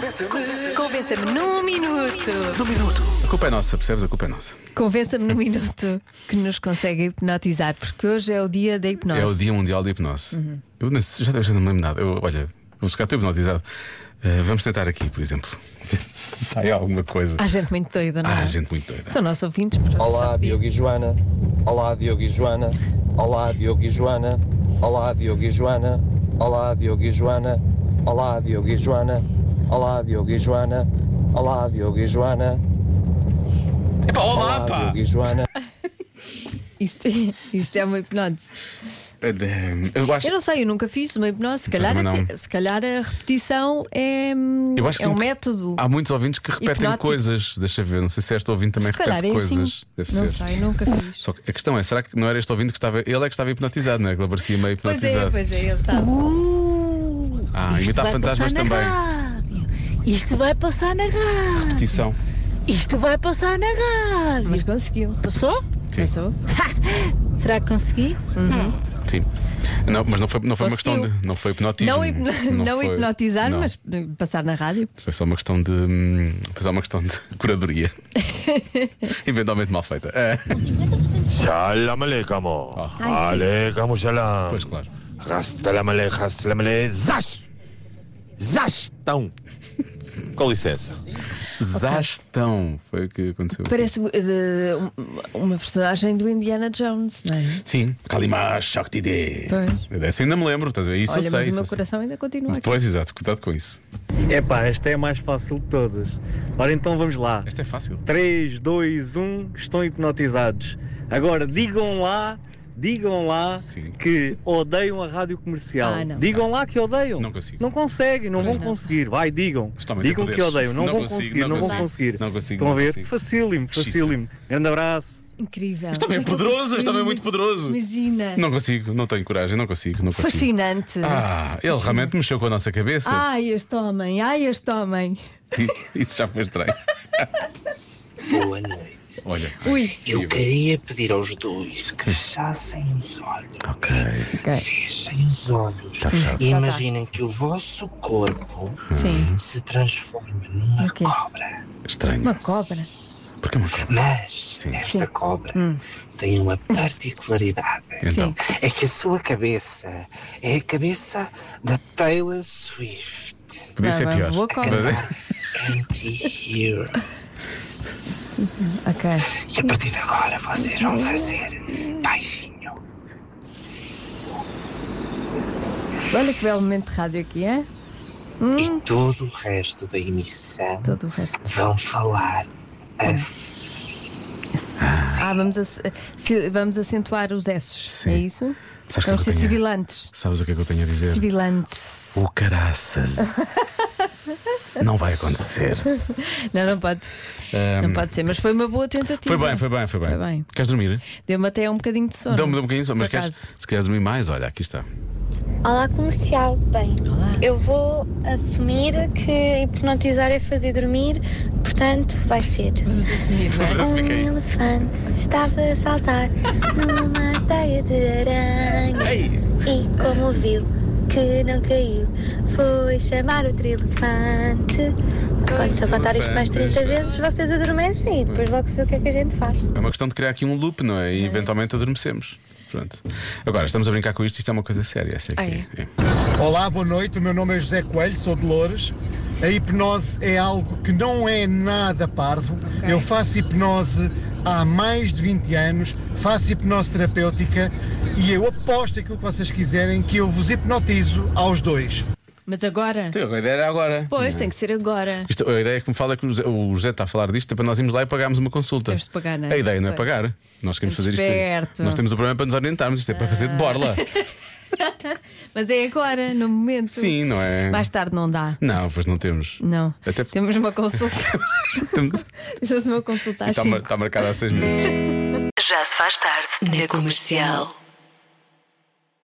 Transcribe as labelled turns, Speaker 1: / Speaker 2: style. Speaker 1: Convença-me. Convença-me num minuto.
Speaker 2: A culpa é nossa, percebes? A culpa é nossa.
Speaker 1: Convença-me num minuto que nos consegue hipnotizar, porque hoje é o dia da hipnose.
Speaker 2: É o Dia Mundial da Hipnose. Eu nem- já, já não me lembro nada. Eu, olha, vou ficar estou hipnotizado. Uh, vamos tentar aqui, por exemplo, ver se sai alguma coisa.
Speaker 1: Há gente muito doida, não é?
Speaker 2: Ah, gente muito doida.
Speaker 1: São nossos ouvintes. portanto,
Speaker 3: Olá,
Speaker 1: sabe disso.
Speaker 3: Diogo e Joana. Olá, Diogo e Joana. Olá, Diogo e Joana. Olá, Diogo e Joana. Olá, Diogo e Joana. Olá, Diogo e Joana. Olá, Diogo e Joana. Olá, Diogo e Joana.
Speaker 2: Epá,
Speaker 3: Olá, Diogo e Joana.
Speaker 1: Isto, isto é uma hipnose.
Speaker 2: Eh, Eu acho
Speaker 1: Eu não sei, eu nunca fiz uma hipnose. Se calhar,
Speaker 2: também
Speaker 1: até- se calhar a repetição é, hum,
Speaker 2: Eu acho que
Speaker 1: é um
Speaker 2: sim.
Speaker 1: método.
Speaker 2: Há muitos ouvintes que repetem
Speaker 1: Hipnótico.
Speaker 2: coisas. Deixa ver, não sei se este ouvinte também
Speaker 1: se calhar
Speaker 2: repete
Speaker 1: é assim.
Speaker 2: coisas. Deve
Speaker 1: não
Speaker 2: ser.
Speaker 1: sei, nunca fiz.
Speaker 2: Só que a questão é, será que não era este ouvinte que estava. Ele é que estava hipnotizado, não é? Que ele parecia meio
Speaker 1: Pois
Speaker 2: hipnotizado.
Speaker 1: é, pois é, ele está.
Speaker 2: Ah, imitar
Speaker 4: Uh, vai
Speaker 2: fantasmas
Speaker 4: passar na
Speaker 2: também.
Speaker 4: rádio. Isto vai passar na rádio.
Speaker 2: Repetição.
Speaker 4: Isto vai passar na rádio.
Speaker 1: Mas conseguiu.
Speaker 4: Passou?
Speaker 2: Sim.
Speaker 1: Passou?
Speaker 4: Será que consegui?
Speaker 2: Sim. Não, mas não foi, não foi uma questão de. Não foi hipnotismo.
Speaker 1: Não, hipno- não
Speaker 2: foi-
Speaker 1: hipnotizar,
Speaker 2: não.
Speaker 1: mas passar na rádio.
Speaker 2: Foi só uma questão de. hum, Foi só uma questão de curadoria. Eventualmente mal feita. É.
Speaker 5: Salam aleikum. Aleikum salam.
Speaker 2: Pois claro.
Speaker 5: Rastalam aleikum, rastalam aleikum. Zas! Zastão! Com licença.
Speaker 2: Zastão foi o que aconteceu.
Speaker 1: Parece uh, de- um- uma personagem do Indiana Jones, não é?
Speaker 2: Sim. Kalimá Shaktide.
Speaker 1: Pois.
Speaker 2: Essa ainda me lembro, estás a ver? Isso
Speaker 1: Olha,
Speaker 2: eu sei.
Speaker 1: mas o
Speaker 2: isso
Speaker 1: meu
Speaker 2: eu sei.
Speaker 1: coração é ainda continua aqui.
Speaker 2: Pois, exato, cuidado com isso.
Speaker 6: Epá, esta é a mais fácil de todas. Ora então vamos lá.
Speaker 2: Esta é fácil.
Speaker 6: 3, 2, 1, estão hipnotizados. Agora digam lá, digam lá
Speaker 2: Sim.
Speaker 6: que odeiam a rádio comercial.
Speaker 1: Ah, não.
Speaker 6: digam lá que odeiam.
Speaker 2: Não consigo.
Speaker 6: Não conseguem, não vão
Speaker 1: não.
Speaker 6: conseguir. Vai, digam.
Speaker 2: Isto também tem
Speaker 6: digam que
Speaker 2: poderes.
Speaker 6: odeiam, não,
Speaker 2: Não
Speaker 6: vão
Speaker 2: consigo,
Speaker 6: conseguir,
Speaker 2: não
Speaker 6: não, vão
Speaker 2: consigo.
Speaker 6: conseguir.
Speaker 2: Não consigo,
Speaker 6: Estão a
Speaker 2: não
Speaker 6: ver?
Speaker 2: consigo.
Speaker 6: Facílimo, facílimo. Grande abraço.
Speaker 1: Incrível.
Speaker 2: Isto também é
Speaker 1: Como que eu
Speaker 2: poderoso, isto também é
Speaker 1: consegui?
Speaker 2: muito poderoso.
Speaker 1: Imagina.
Speaker 2: Não consigo, não tenho coragem, não consigo, não consigo.
Speaker 1: Fascinante.
Speaker 2: Ah, ele realmente mexeu com a nossa cabeça.
Speaker 1: Ai, este homem, ai, este homem.
Speaker 2: Isso já foi estranho.
Speaker 7: Boa noite.
Speaker 2: Olha.
Speaker 1: Ui.
Speaker 7: Eu queria pedir aos dois
Speaker 2: Hum.
Speaker 7: que fechassem os olhos.
Speaker 2: Ok.
Speaker 7: Fechem os olhos.
Speaker 2: Tá fechado.
Speaker 7: E imaginem que o vosso corpo
Speaker 1: Sim.
Speaker 7: se transforma numa
Speaker 1: Ok.
Speaker 7: cobra.
Speaker 2: Estranho.
Speaker 1: Uma cobra.
Speaker 2: Porque é uma cobra.
Speaker 7: Mas
Speaker 2: Sim.
Speaker 7: esta cobra tem uma particularidade.
Speaker 2: Então.
Speaker 7: É que a sua cabeça é a cabeça da Taylor Swift.
Speaker 2: Podia ser
Speaker 1: Tá bem,
Speaker 2: é pior.
Speaker 1: boa cobra.
Speaker 7: Anti-hero.
Speaker 1: Ok.
Speaker 7: E a partir de agora vocês vão fazer baixinho.
Speaker 1: Olha que belo momento de rádio aqui, é?
Speaker 7: E todo o resto da emissão
Speaker 1: Todo o resto.
Speaker 7: vão falar assim.
Speaker 1: Ah, vamos, ace- se- vamos acentuar os S's,
Speaker 2: Sim.
Speaker 1: é isso?
Speaker 2: Sabes o
Speaker 1: vamos
Speaker 2: que
Speaker 1: ser
Speaker 2: eu tenho?
Speaker 1: sibilantes.
Speaker 2: Sabes o que é que eu tenho a dizer?
Speaker 1: Sibilantes.
Speaker 2: O caraças. Não vai acontecer.
Speaker 1: Não, não pode. Não pode ser, mas foi uma boa tentativa.
Speaker 2: Hum. Foi bem, foi bem, foi bem.
Speaker 1: Foi bem.
Speaker 2: Queres dormir?
Speaker 1: Deu-me até um bocadinho de sono.
Speaker 2: Dá-me dá um bocadinho só, mas
Speaker 1: Por
Speaker 2: queres,
Speaker 1: acaso.
Speaker 2: se queres dormir mais, olha, aqui está.
Speaker 8: Olá comercial, bem,
Speaker 1: Olá.
Speaker 8: eu vou assumir que hipnotizar é fazer dormir, portanto vai ser.
Speaker 1: Vamos assumir, não é?
Speaker 8: Um elefante estava a saltar numa teia de aranha e como viu que não caiu, foi chamar outro elefante. Quando se eu contar isto mais 30 vezes, vocês adormecem e depois logo se vê o que é que a gente faz.
Speaker 2: É uma questão de criar aqui um loop, não é? E eventualmente adormecemos. Pronto. Agora, estamos a brincar com isto, isto é uma coisa séria. Essa aqui.
Speaker 1: Ah,
Speaker 2: é.
Speaker 9: Olá, boa noite. O meu nome é José Coelho, sou de Loures. A hipnose é algo que não é nada parvo. Eu faço hipnose há mais de 20 anos, faço hipnose terapêutica e eu aposto aquilo que vocês quiserem que eu vos hipnotizo aos dois.
Speaker 1: Mas agora?
Speaker 2: Então, A ideia era agora.
Speaker 1: Pois, tem que ser agora.
Speaker 2: Isto, a ideia que me fala é que o José, o José está a falar disto, é para nós irmos lá e pagarmos uma consulta.
Speaker 1: Temos de pagar, não é?
Speaker 2: A ideia não é
Speaker 1: Pois.
Speaker 2: pagar. Nós queremos fazer
Speaker 1: Esperto. Ah.
Speaker 2: isto. Nós temos o problema para nos orientarmos, isto é para fazer de borla.
Speaker 1: Mas é agora, no momento.
Speaker 2: Sim, não é?
Speaker 1: Mais tarde não dá.
Speaker 2: Não, pois não temos.
Speaker 1: Não.
Speaker 2: Até-
Speaker 1: Temos uma consulta. Assim.
Speaker 2: Temos-
Speaker 1: Temos uma consulta às
Speaker 2: Está, tá mar-
Speaker 1: cinco.
Speaker 2: está marcado há seis meses.
Speaker 10: Já se faz tarde na comercial.